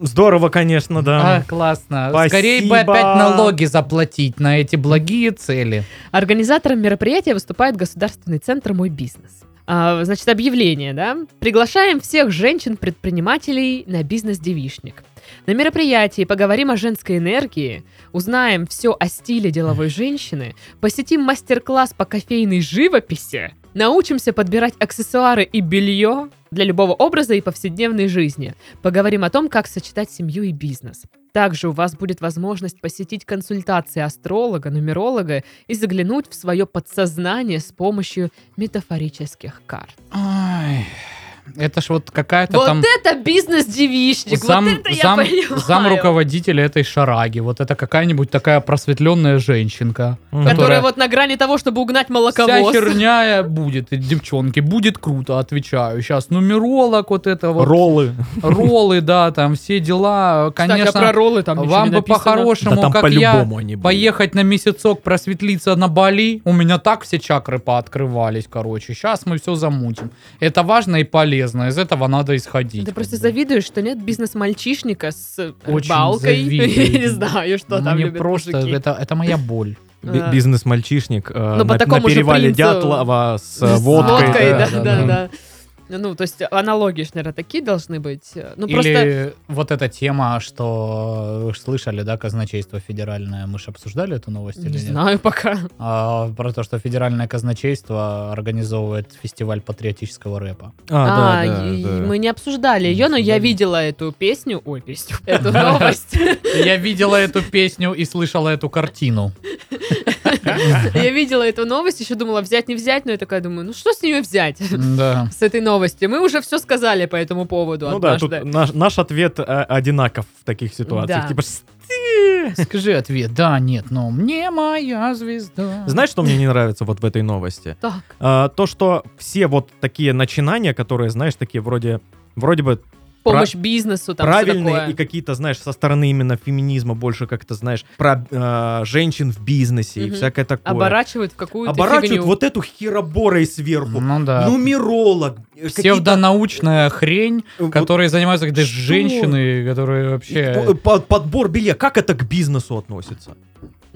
Здорово, конечно,
А,
да.
классно.
Спасибо.
Скорее бы опять налоги заплатить на эти благие цели.
Организатором мероприятия выступает Государственный центр «Мой бизнес». А, значит, объявление, да? Приглашаем всех женщин-предпринимателей на бизнес-девишник. На мероприятии поговорим о женской энергии, узнаем все о стиле деловой женщины, посетим мастер-класс по кофейной живописи, научимся подбирать аксессуары и белье для любого образа и повседневной жизни. Поговорим о том, как сочетать семью и бизнес. Также у вас будет возможность посетить консультации астролога, нумеролога и заглянуть в свое подсознание с помощью метафорических карт.
Ой, это ж вот какая-то
вот
там
это бизнес-девичник,
зам,
вот это я
зам-
понимаю.
зам руководителя этой шараги. Вот это какая-нибудь такая просветленная женщинка.
Мгм.
Которая
которая-
вот на грани того, чтобы угнать
Вся
молоковоз.
херня будет, и девчонки, будет круто, отвечаю. Сейчас нумеролог вот это вот,
Роллы.
роллы, да, там все дела.
Кстати, а
Конечно,
про роллы там ничего
вам
не
бы
написано.
Да
по-хорошему,
там
как я,
по-любому они были.
поехать на месяцок просветлиться на Бали. У меня так все чакры пооткрывались, короче. Сейчас мы все замутим. Это важно и полезно, из этого надо исходить.
Ты просто
как бы.
завидуешь, что нет бизнес-мальчишника с
Очень
балкой.
завидую. Ну,
Я не знаю, что там
Мне
любят
просто
мужики.
это, это моя боль.
Да.
Би-
Ну,
Бизнес-мальчишник э,
по
на, на
такому же
перевале
принципу.
Дятлова с э,
С
водкой.
водкой,
да,
да,
да,
да,
да. Ну, то есть аналогии ж, наверное, такие должны быть. Ну, просто...
Или вот эта тема, что вы ж слышали, да, казначейство федеральное, мы же обсуждали эту новость или
Не
нет?
знаю пока.
А, про то, что федеральное казначейство организовывает фестиваль патриотического рэпа.
А, и- мы не обсуждали ее, но я видела эту песню. Ой, песню. Эту новость.
Я видела эту песню и слышала эту картину.
Я видела эту новость, еще думала, взять, не взять, но я такая думаю, ну что с нее взять?
Да.
С этой новостью. Мы уже все сказали по этому поводу
Ну да, тут
однажды.
наш, наш ответ э, одинаков в таких ситуациях.
Да.
Типа, «С-
Скажи ответ. Да, нет, но мне моя звезда.
знаешь, что мне не нравится вот в этой новости?
Так.
А, то, что все вот такие начинания, которые, знаешь, такие вроде, вроде бы
Помощь бизнесу, там всё
правильные
такое.
и какие-то, знаешь, со стороны именно феминизма больше как-то, знаешь, про э, женщин в бизнесе и
Мгм.
всякое такое.
Оборачивают в какую-то
Оборачивают
фигню.
вот эту хероборой сверху.
Ну да.
Нумеролог. э, какие-то,
Псевдонаучная хрень,
э, вот,
которые занимаются когда
Что?
женщины, которые
э,
вообще...
под- Подбор белья. Как это к бизнесу относится?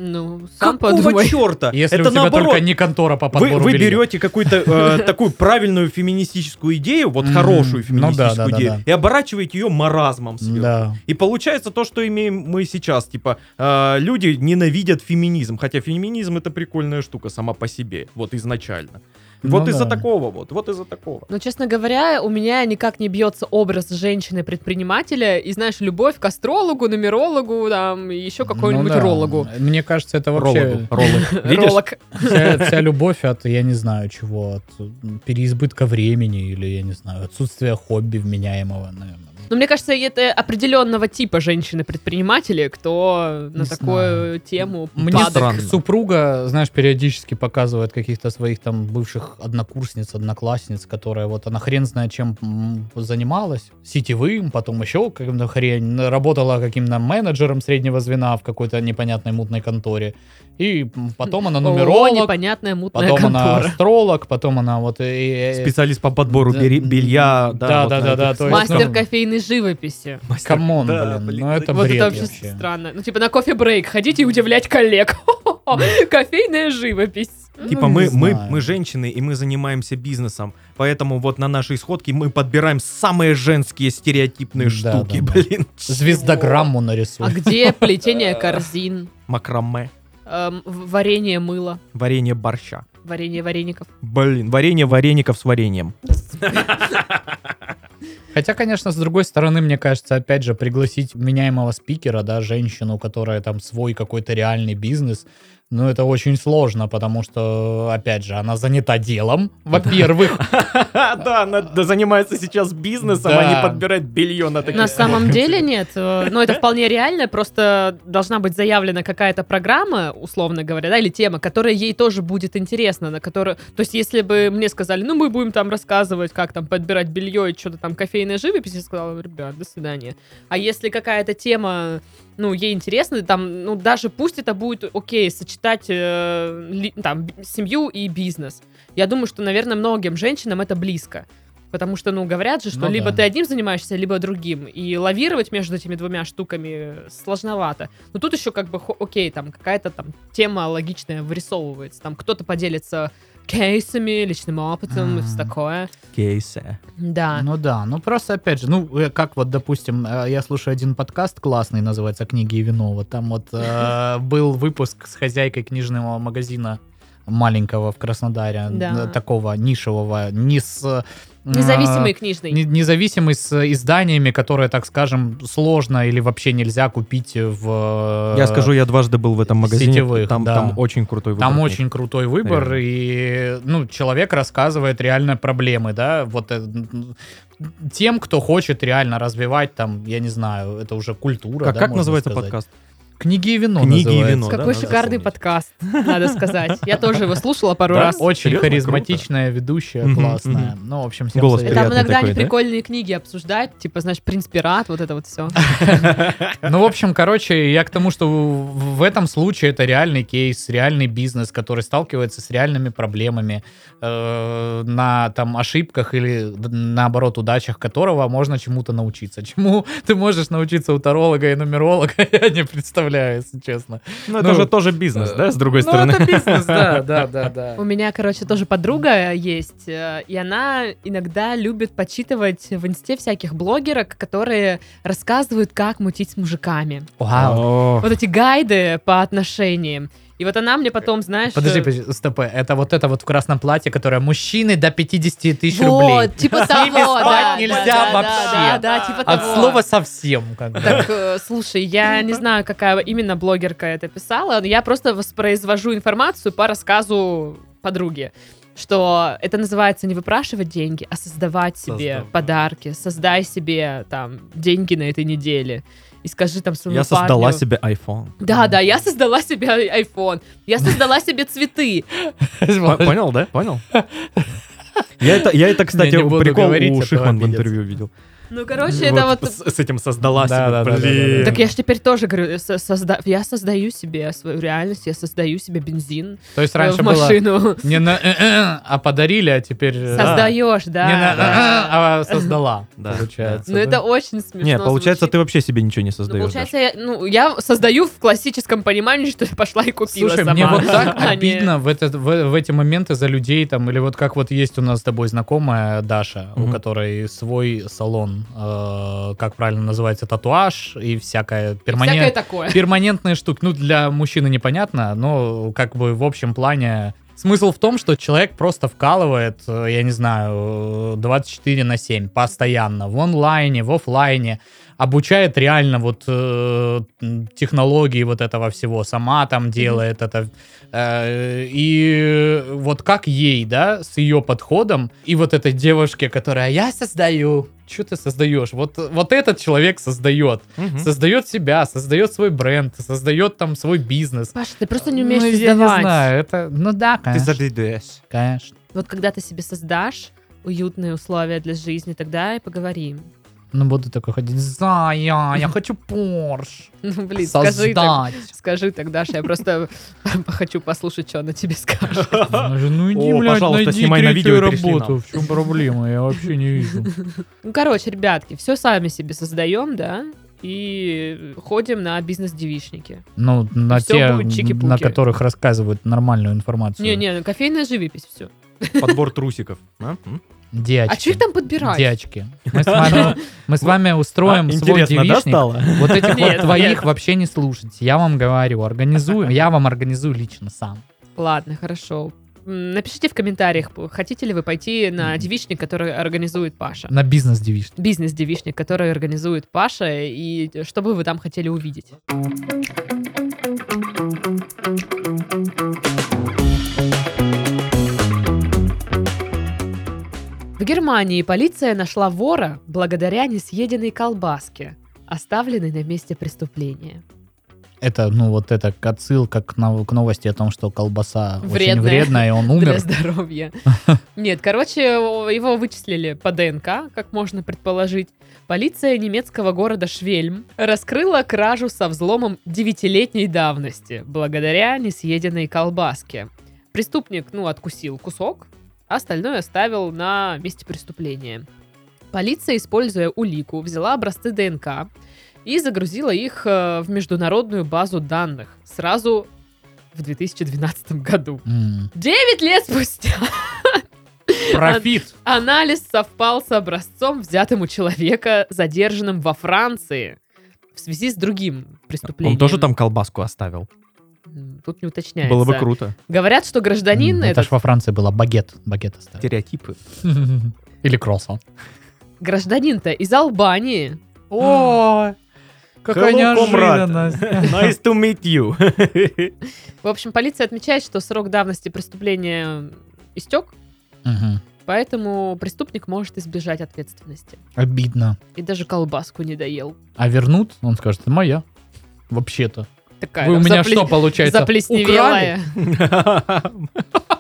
Ну, сам
Какого
подумай.
черта?
Если
это
у тебя
наоборот.
только не контора по
Вы,
подбору
вы
белья.
берете какую-то э, такую правильную феминистическую идею, вот
Мгм.
хорошую
Ну да,
феминистическую
да, да,
идею,
да.
и оборачиваете ее маразмом сверху.
Да.
И получается то, что имеем мы сейчас. Типа, э, люди ненавидят феминизм. Хотя феминизм это прикольная штука сама по себе. Вот изначально. вот
Ну
из-за
да.
такого вот, вот из-за такого.
Но, честно говоря, у меня никак не бьется образ женщины-предпринимателя и, знаешь, любовь к астрологу, нумерологу, там, и еще какому-нибудь
Ну да.
рологу.
Мне кажется, это вообще...
Рологу, ролог. Видишь?
Ролог.
Вся, вся любовь от, я не знаю чего, от м, переизбытка времени или, я не знаю, отсутствия хобби вменяемого, наверное.
Но мне кажется, это определенного типа женщины-предприниматели, кто на
Не
такую тему
Мне
падок.
странно.
так супруга, знаешь, периодически показывает каких-то своих там бывших однокурсниц, одноклассниц, которая вот она хрен знает чем м, занималась, сетевым, потом еще каким-то хрень, работала каким-то менеджером среднего звена в какой-то непонятной мутной конторе, и м, потом она
О,
нумеролог,
непонятная мутная
потом она
контора.
астролог, потом она вот... э, э,
Специалист по подбору
Да.
бери- белья.
Да, да,
вот на
да,
этих
да, то есть,
сайтах.
Мастер
ну,
кофейной живописи.
Мастер-
Камон,
Да,
блин,
блин,
ну это
вот
бред
это вообще,
вообще.
странно. Ну, типа на кофе-брейк ходите и удивлять коллег. Кофейная живопись.
Ну,
Типа
не
мы, мы,
знаю.
мы женщины, и мы занимаемся бизнесом. Поэтому вот на нашей сходке мы подбираем самые женские стереотипные
Да, да,
штуки,
да.
блин.
Звездограмму
А
нарисуй.
где плетение корзин?
Макраме.
Эм, в- Варенье мыла.
Варенье борща.
Варенье вареников.
Блин, варенье вареников с вареньем.
Хотя, конечно, с другой стороны, мне кажется, опять же, пригласить меняемого спикера, да, женщину, которая там свой какой-то реальный бизнес, ну, это очень сложно, потому что, опять же, она занята делом, во-первых.
Да, она да, занимается сейчас бизнесом,
Да.
а не подбирает белье на таких
На самом
сходках.
деле нет, э, но это вполне реально, просто должна быть заявлена какая-то программа, условно говоря, да, или тема, которая ей тоже будет интересна, на которую... То есть если бы мне сказали, ну мы будем там рассказывать, как там подбирать белье и что-то там кофейная живопись, я сказала, ребят, до свидания. А если какая-то тема, ну, ей интересна, там, ну, даже пусть это будет, окей, сочетать э, ли- там б- семью и бизнес. Я думаю, что, наверное, многим женщинам это близко. Потому что, ну, говорят же, что
Ну
либо
да.
ты одним занимаешься, либо другим. И лавировать между этими двумя штуками сложновато. Но тут еще как бы, хо- окей, там какая-то там тема логичная вырисовывается. Там кто-то поделится кейсами, личным опытом и все
Мгм.
такое.
Кейсы.
Да.
Ну да, ну просто опять же, ну э, как вот, допустим, э, я слушаю один подкаст классный, называется «Книги и вино», вот там вот э, был выпуск с хозяйкой книжного магазина маленького в Краснодаре,
Да.
э, такого нишевого, не с... э,
Независимый книжный.
а, не- Независимый с изданиями, которые, так скажем, сложно или вообще нельзя купить в... э,
Я скажу, я дважды был в этом магазине.
Сетевых,
там,
да.
там очень крутой выбор
там
книг.
очень крутой выбор,
Реально.
и ну, человек рассказывает реально проблемы, да, вот э, м, тем, кто хочет реально развивать там, я не знаю, это уже культура.
Как,
да,
как
можно
называется
сказать.
подкаст?
Книги и вино.
«Книги и
называется.
вино», да,
Какой
надо
шикарный
запомнить.
подкаст, надо сказать. Я тоже его слушала пару
Да?
раз.
О,
Очень
Серьезно?
харизматичная ведущая,
Мгм,
классная. Ну, в общем, всем
Голос
И
советую.
Там
приятный
иногда они
такой, да?
прикольные книги обсуждают, типа, знаешь, «Принц пират», вот это вот все.
Ну, в общем, короче, я к тому, что в в этом случае это реальный кейс, реальный бизнес, который сталкивается с реальными проблемами э, на там ошибках или д- наоборот удачах которого можно чему-то научиться. Чему ты можешь научиться у таролога и нумеролога, я не представляю, если честно.
Ну,
Ну,
это же тоже бизнес,
э,
да, с другой
Ну,
стороны?
это бизнес, да, да, да, да.
У меня, короче, тоже подруга есть, э, и она иногда любит почитывать в инсте всяких блогерок, которые рассказывают, как мутить с мужиками.
Вау.
А, О,
Вот эти гайды по отношениям. И вот она мне потом, знаешь...
Подожди,
э,
подожди, стоп, это вот это вот в красном платье, которое мужчины до 50 тысяч
вот,
рублей.
типа
С ними
того,
спать
да, да,
нельзя
да,
вообще.
Да, да, типа
От
того.
слова совсем, как бы.
Так, э, слушай, я не знаю, какая именно блогерка это писала, но я просто воспроизвожу информацию по рассказу подруги, что это называется не выпрашивать деньги, а создавать себе
Создавать.
подарки, создай себе там деньги на этой неделе и скажи там своему
Я создала
парню,
себе iPhone.
Да, да, я создала себе ай- iPhone, я создала себе цветы.
По- Понял, да? Понял? Я это, я это, кстати,
не буду
прикол
говорить, а
у
то
Шихман в
обидятся.
интервью видел.
Ну, короче, это вот...
С, с этим
Да,
создала себе.
да, да, да, да, да.
Блин.
Так я же теперь тоже говорю, э, со- созда- я создаю себе свою реальность, я создаю себе бензин
То есть
э,
раньше
в
было
машину.
не на «э-э», а подарили, а теперь э,
Создаешь, да.
не на «э-э»,
да.
а создала,
Да,
получается.
Ну,
да?
это очень смешно.
Не, получается,
звучит.
ты вообще себе ничего не
Ну,
создаешь.
получается, я, ну, я создаю в классическом понимании, что я пошла и купила
Слушай,
сама.
мне вот так
а не-
обидно в, этот, в, в эти моменты за людей там, или вот как вот есть у нас с тобой знакомая Даша, у
Мгм.
которой свой салон, э, как правильно называется, татуаж и всякая перманент,
Всякое такое.
перманентные штуки. Ну, для мужчины непонятно, но как бы в общем плане... Смысл в том, что человек просто вкалывает, э, я не знаю, э, 24 на 7 постоянно, в онлайне, в офлайне, обучает реально вот э, м, технологии вот этого всего, сама там делает это. Э, и вот как ей, да, с ее подходом, и вот этой девушке, которая «я создаю», что ты создаешь? Вот, вот этот человек создает
Мгм.
создает себя, создает свой бренд, создает там свой бизнес.
Паша, ты просто не умеешь
ну, я не
создавать.
знаю, это, ну да, конечно,
завидуешь.
конечно.
Вот когда ты себе создашь уютные условия для жизни, тогда и поговорим.
Ну буду такой ходить, Зая, я хочу Порш.
Ну, блин, скажи так.
создать.
Скажи так, Даша, я просто хочу послушать, что она тебе скажет.
Она же, Ну иди,
О,
блядь,
пожалуйста,
найди
снимай на
третью
видео и пришли
работу.
нам.
В чем проблема? Я вообще не вижу.
Ну, короче, ребятки, все сами себе создаем, да, и ходим на бизнес-девичники.
Ну, на
Всё
те,
будет чики-пуки.
на которых рассказывают нормальную информацию.
Не-не, ну, кофейная живопись, все.
Подбор трусиков. А? М?
Девочки.
А что их там подбирать?
Девочки. Мы с вами, мы с вами устроим
А,
свой
Интересно, да,
девичник.
стало?
Вот этих вот
Нет,
твоих
нет.
вообще не слушайте. Я вам говорю, организую, я вам организую лично сам.
Ладно, хорошо. М, Напишите в комментариях, п- хотите ли вы пойти на девичник, который организует Паша.
На бизнес девичник.
Бизнес-девичник, который организует Паша, и что бы вы там хотели увидеть. В Германии полиция нашла вора благодаря несъеденной колбаске, оставленной на месте преступления.
Это, ну, вот это к отсылка к, нов- к новости о том, что колбаса очень
Вредная.
вредная, и он
для
умер.
здоровья. Нет, короче, о, его вычислили по ДНК, как можно предположить. Полиция немецкого города Швельм раскрыла кражу со взломом девятилетней давности благодаря несъеденной колбаске. Преступник, ну, откусил кусок, а остальное оставил на месте преступления. Полиция, используя улику, взяла образцы ДНК и загрузила их э, в международную базу данных сразу в 2012 году.
М.
Девять лет спустя
Профит.
анализ совпал с образцом, взятым у человека, задержанным во Франции в связи с другим преступлением.
Он тоже там колбаску оставил.
М, Тут не уточняется.
Было бы круто.
Говорят, что гражданин
М, Это
этот...
ж во Франции было багет. Багет оставил.
Стереотипы.
Или кроссон.
Гражданин-то из Албании.
О,
какая неожиданность. Nice to meet you.
В общем, полиция отмечает, что срок давности преступления истек, поэтому преступник может избежать ответственности.
Обидно.
И даже колбаску не доел.
А вернут, он скажет, это моя. Вообще-то.
Такая
Вы у меня
заплес-
что, получается, украли?
Э, заплесневелая.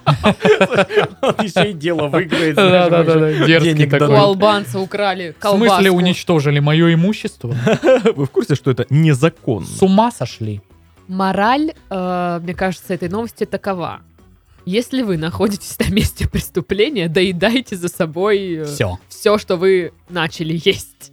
Он еще и дело выиграет. знаешь,
Да-да-да,
больше
дерзкий
денег
такой.
У
дадут.
албанца украли
В
колбаску.
смысле уничтожили мое имущество?
Вы в курсе, что это незаконно?
С ума сошли?
Мораль, э, мне кажется, этой новости такова. Если вы находитесь на месте преступления, доедайте за
Э,
собой
Все.
все, что вы начали есть.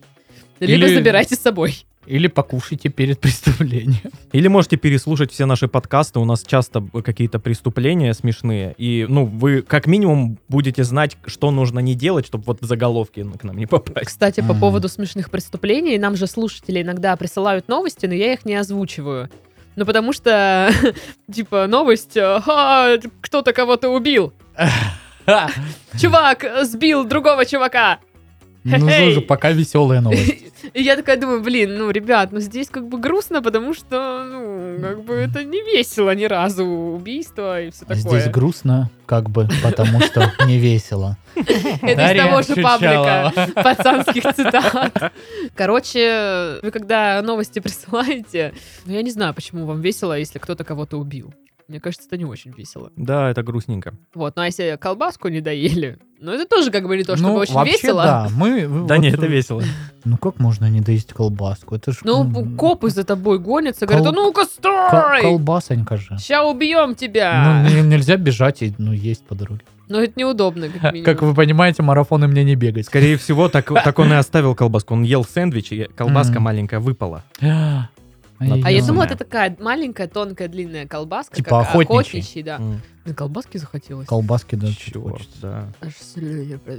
Либо
Или-
забирайте с собой.
Или покушайте перед преступлением.
Или можете переслушать все наши подкасты. У нас часто б- какие-то преступления смешные. И, ну, вы как минимум будете знать, что нужно не делать, чтобы вот в заголовки к нам не попасть.
Кстати, по
М.
поводу смешных преступлений, нам же слушатели иногда присылают новости, но я их не озвучиваю. Ну, потому что, типа, новость, э, «Ха, кто-то кого-то убил.
Ха!
Чувак э, сбил другого чувака.
Ну,
Хе-хей.
же, пока веселая новость.
И я такая думаю, блин, ну, ребят, ну здесь как бы грустно, потому что, ну, как бы это не весело ни разу, убийство и все такое.
Здесь грустно, как бы, потому что не весело.
Это из
Дарья
того же
Чучалова.
паблика пацанских цитат. Короче, вы когда новости присылаете, ну, я не знаю, почему вам весело, если кто-то кого-то убил. Мне кажется, это не очень весело.
Да, это грустненько.
Вот, ну а если колбаску не доели, ну это тоже как бы не то, чтобы
ну,
очень
вообще,
весело.
да, мы...
Да
вот,
не, это весело.
Ну, как можно не доесть колбаску? Это ж...
Ну,
м,
копы за тобой гонятся,
Кол-
говорят, а ну-ка,
кол-
стой!
Колбасонька же.
Ща убьем тебя!
Ну, н- нельзя бежать и ну, есть по дороге.
Но это неудобно, как минимум.
Как вы понимаете, марафоны мне не бегать.
Скорее всего, так, так он и оставил колбаску. Он ел сэндвич, и колбаска
Мгм.
маленькая выпала.
А,
А я
Ай-яй.
думала, это такая маленькая, тонкая, длинная колбаска,
Типа
как
охотничий.
охотничий, да. На колбаски захотелось.
Колбаски да, чуть
Чёрт,
хочется.
да.
Аж слюни пр-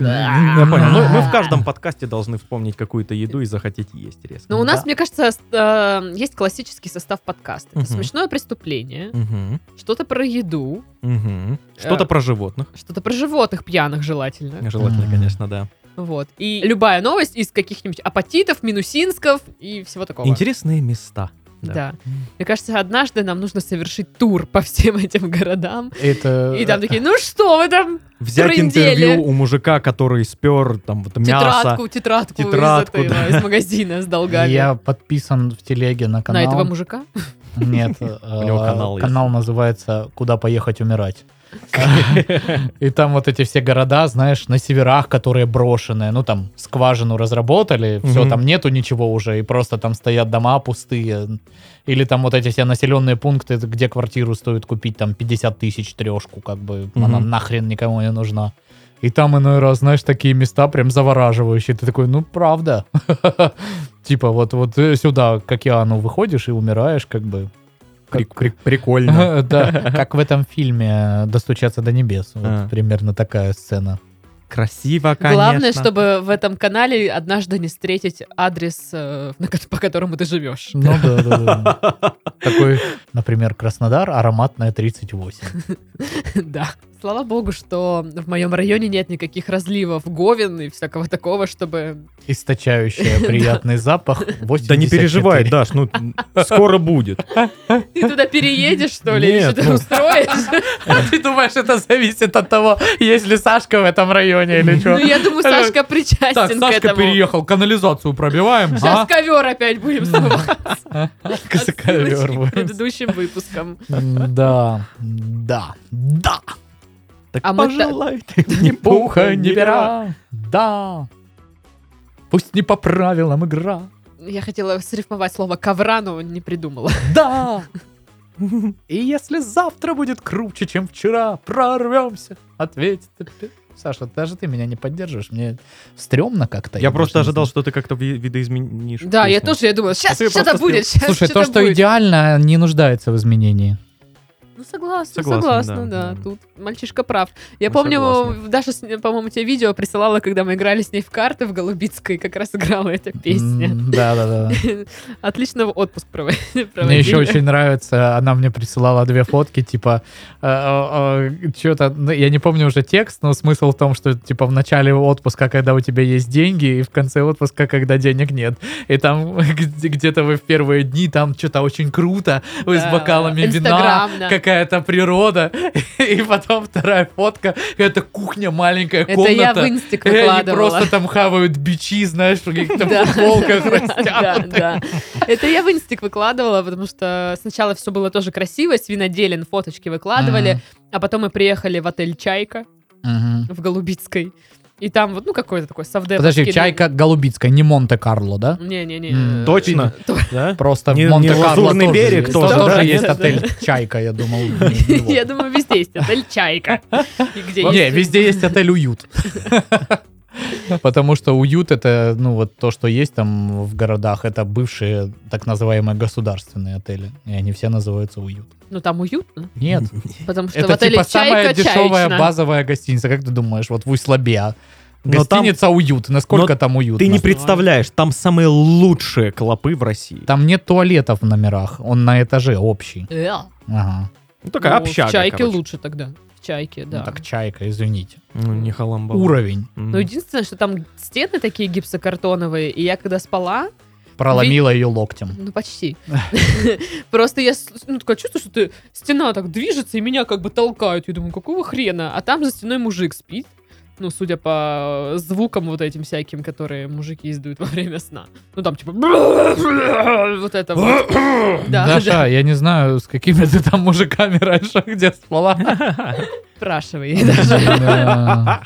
Я
Я понял. Ну, мы в каждом подкасте должны вспомнить какую-то еду и захотеть есть резко.
Но у нас,
Да.
мне кажется, с- э, есть классический состав подкаста. Это
Мгм.
смешное преступление,
Мгм,
что-то про еду,
мгм. Что-то
Э.
про животных.
что-то про животных пьяных желательно.
Желательно,
Мгм.
конечно, да.
Вот. И любая новость из каких-нибудь апатитов, минусинсков и всего такого.
Интересные места.
Да.
да.
Мне кажется, однажды нам нужно совершить тур по всем этим городам.
Это...
И
Э,
там такие, ну что вы там?
Взять
Трындели.
интервью у мужика, который спер там вот мясо.
Тетрадку, тетрадку, из
Тетрадку,
этого,
да.
из магазина с долгами.
Я подписан в телеге на
На
канал.
этого мужика?
Нет, э,
него канал
канал называется «Куда поехать умирать». И там вот эти все города, знаешь, на северах, которые брошенные, ну там скважину разработали, все,
Мгм.
там нету ничего уже, и просто там стоят дома пустые. Или там вот эти все населенные пункты, где квартиру стоит купить там 50 тысяч трешку, как бы
Мгм.
она нахрен никому не нужна. И там иной раз, знаешь, такие места прям завораживающие. Ты такой, ну правда. Типа вот, вот э, сюда к океану выходишь и умираешь, как бы. Как-
Прик- прик- Прикольно.
Да, как в этом фильме «Достучаться до небес». Вот
А.
примерно такая сцена.
Красиво, конечно.
Главное, чтобы в этом канале однажды не встретить адрес, э, на ко- по которому ты живешь.
Ну да, да, да. Такой, например, Краснодар, ароматная 38.
Да. Слава богу, что в моем районе нет никаких разливов говен и всякого такого, чтобы...
Источающая приятный запах 84.
Да не переживай, Даш, ну скоро будет.
Ты туда переедешь, что ли, или
Нет,
что-то
ну.
устроишь?
Ты думаешь, это зависит от того, есть ли Сашка в этом районе или
Ну,
что?
я думаю, Сашка
Так,
причастен к
Сашка
этому.
переехал, канализацию
а?
пробиваем.
Сейчас ковер опять будем смывать.
Ковер
Отсылочки к
будем.
предыдущим выпускам.
Да, да, да.
Так
А мы та-
пожалуй, ты
Ни пуха, ни
пера.
пера. Да. Пусть не по правилам игра.
Я хотела срифмовать слово ковра, но не придумала.
Да. И если завтра будет круче, чем вчера, прорвемся. Ответит. опять.
Саша, даже ты меня не поддерживаешь, мне стрёмно как-то.
Я
даже
просто
не
ожидал,
знаю.
что ты как-то ви- видоизменишь.
Да, я
песню.
тоже, я думала, сейчас
ты её
что-то
просто
будет, сейчас
Слушай, то,
что-то
что
будет.
идеально, не нуждается в изменении.
Ну, согласна,
Согласен,
согласна,
да,
да.
да.
Тут мальчишка прав. Я
Ну,
Мы
помню,
согласны.
Даша, с- по-моему, тебе видео присылала, когда мы играли с ней в карты в Голубицкой, как раз играла эта песня.
Да, да, да.
Отлично в отпуск провод- проводили.
Мне еще очень нравится, она мне присылала две фотки, типа, э, что-то, ну, я не помню уже текст, но смысл в том, что, типа, в начале отпуска, когда у тебя есть деньги, и в конце отпуска, когда денег нет. И там где- где-то вы в первые дни, там что-то очень круто, вы с
Да,
бокалами вина,
инстаграмно.
какая-то природа, и потом вторая фотка, это кухня, маленькая
Это я в
комната. Э,
инстик
и Они
выкладывала.
просто там хавают бичи, знаешь, в каких-то
Да.
футболках
Да,
растянутых.
да. Это я в инстик выкладывала, потому что сначала все было тоже красиво, с виноделин фоточки выкладывали, а потом мы приехали в отель «Чайка»
Мгм.
в Голубицкой. И там вот, ну, какой-то такой совдеп.
Подожди, чайка Голубицкая, не Монте-Карло, да?
Не-не-не.
М.
Точно? Да?
Просто
Не- не
Монте-Карло
Лазурный
тоже,
берег
есть.
тоже,
Там
да?
есть
Нет,
отель Чайка, я думал.
Я думаю, везде есть отель Чайка. И где
М-м. Не,
есть-
везде есть отель Уют. Потому что уют это, ну, вот то, что есть там в городах, это бывшие так называемые государственные отели. И они все называются уют.
Ну, там уютно.
Нет,
Потому что в
это
отеле
типа самая
Чайка
дешевая
чаечно.
базовая гостиница. Как ты думаешь, вот в Усть-Лабе?
Но там-
Гостиница уют. Насколько
Но
там уютно?
Ты не представляешь, там самые лучшие клопы в России.
Там нет туалетов в номерах, он на этаже общий.
Э,
Ага.
Ну, такая
ну,
общага,
В Чайке
короче.
лучше тогда. В Чайке,
Ну
да.
так чайка, извините.
Ну, не халамбала.
Уровень
Ну,
М.
единственное, что там стены такие гипсокартоновые, и я когда спала,
проломила ее локтем.
ну почти, просто я с- ну, такое чувство, что ты, стена так движется, и меня как бы толкают. Я думаю, какого хрена? А там за стеной мужик спит. Ну, судя по звукам вот этим всяким, которые мужики издают во время сна. Ну, там типа... Вот это вот. Да,
Даша,
да,
я не знаю, с какими ты там мужиками раньше где спала.
спрашивай. даже.
Да.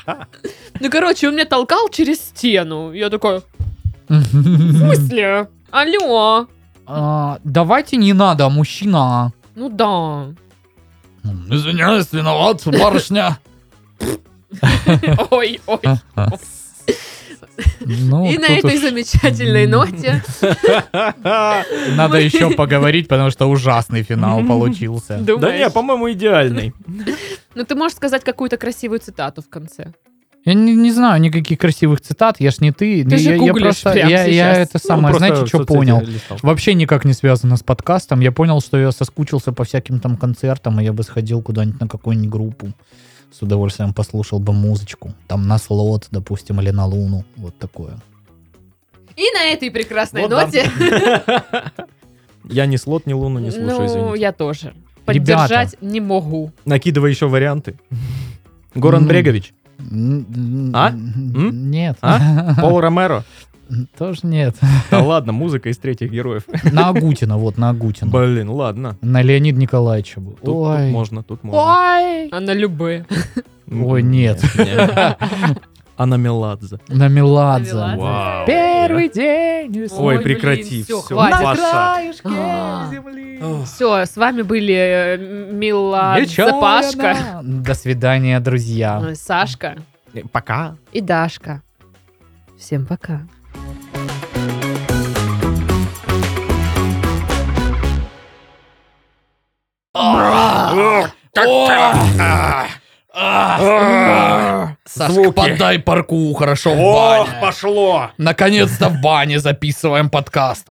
Ну, короче, он меня толкал через стену. Я такой, в
Мгм.
смысле? Алло.
А, Давайте не надо, а мужчина.
Ну да.
Извиняюсь, виноват, барышня.
Ой, ой.
А, Ну,
И на
тут
этой
уж
замечательной ноте.
Надо еще поговорить, потому что ужасный финал получился.
Да не,
Думаешь?
по-моему, идеальный.
Ну ты можешь сказать какую-то красивую цитату в конце.
Я не, не знаю никаких красивых цитат, я ж не ты.
Ты же
я, я
гуглишь
просто,
прямо
я, я
сейчас.
это
Ну,
самое,
просто
знаете, что
соцсети
понял?
листал.
Вообще никак не связано с подкастом. Я понял, что я соскучился по всяким там концертам, и я бы сходил куда-нибудь на какую-нибудь группу. С удовольствием послушал бы музычку. Там на слот, допустим, или на луну. Вот такое.
И на этой прекрасной
Вот да.
ноте.
Я ни слот, ни луну не слушаю,
Ну,
извините.
я тоже. Поддержать не могу.
Накидывай еще варианты. Горан
М.
Брегович, А?
А?
М? А?
Нет.
Пол Ромеро.
Тоже нет.
Да ладно, музыка из третьих героев.
На Агутина, вот, на Агутина.
Блин, ладно.
На Леонида Николаевича был.
Тут, тут
Ой.
можно, тут можно.
Ой.
Она а любые.
М,
Ой, нет.
нет. Анна Меладзе.
На Меладзе.
Меладзе. Вау.
Первый день.
Ой, прекрати,
Все,
всё,
хватит.
Паша.
краешке
А.
земли.
Все, с вами были э, Мила
Нечаянно.
Запашка,
До свидания, друзья.
э, Сашка
Э, Пока.
и Дашка. Всем пока.
Сашка, подай парку, хорошо, в бане.
пошло!
Наконец-то в бане записываем подкаст.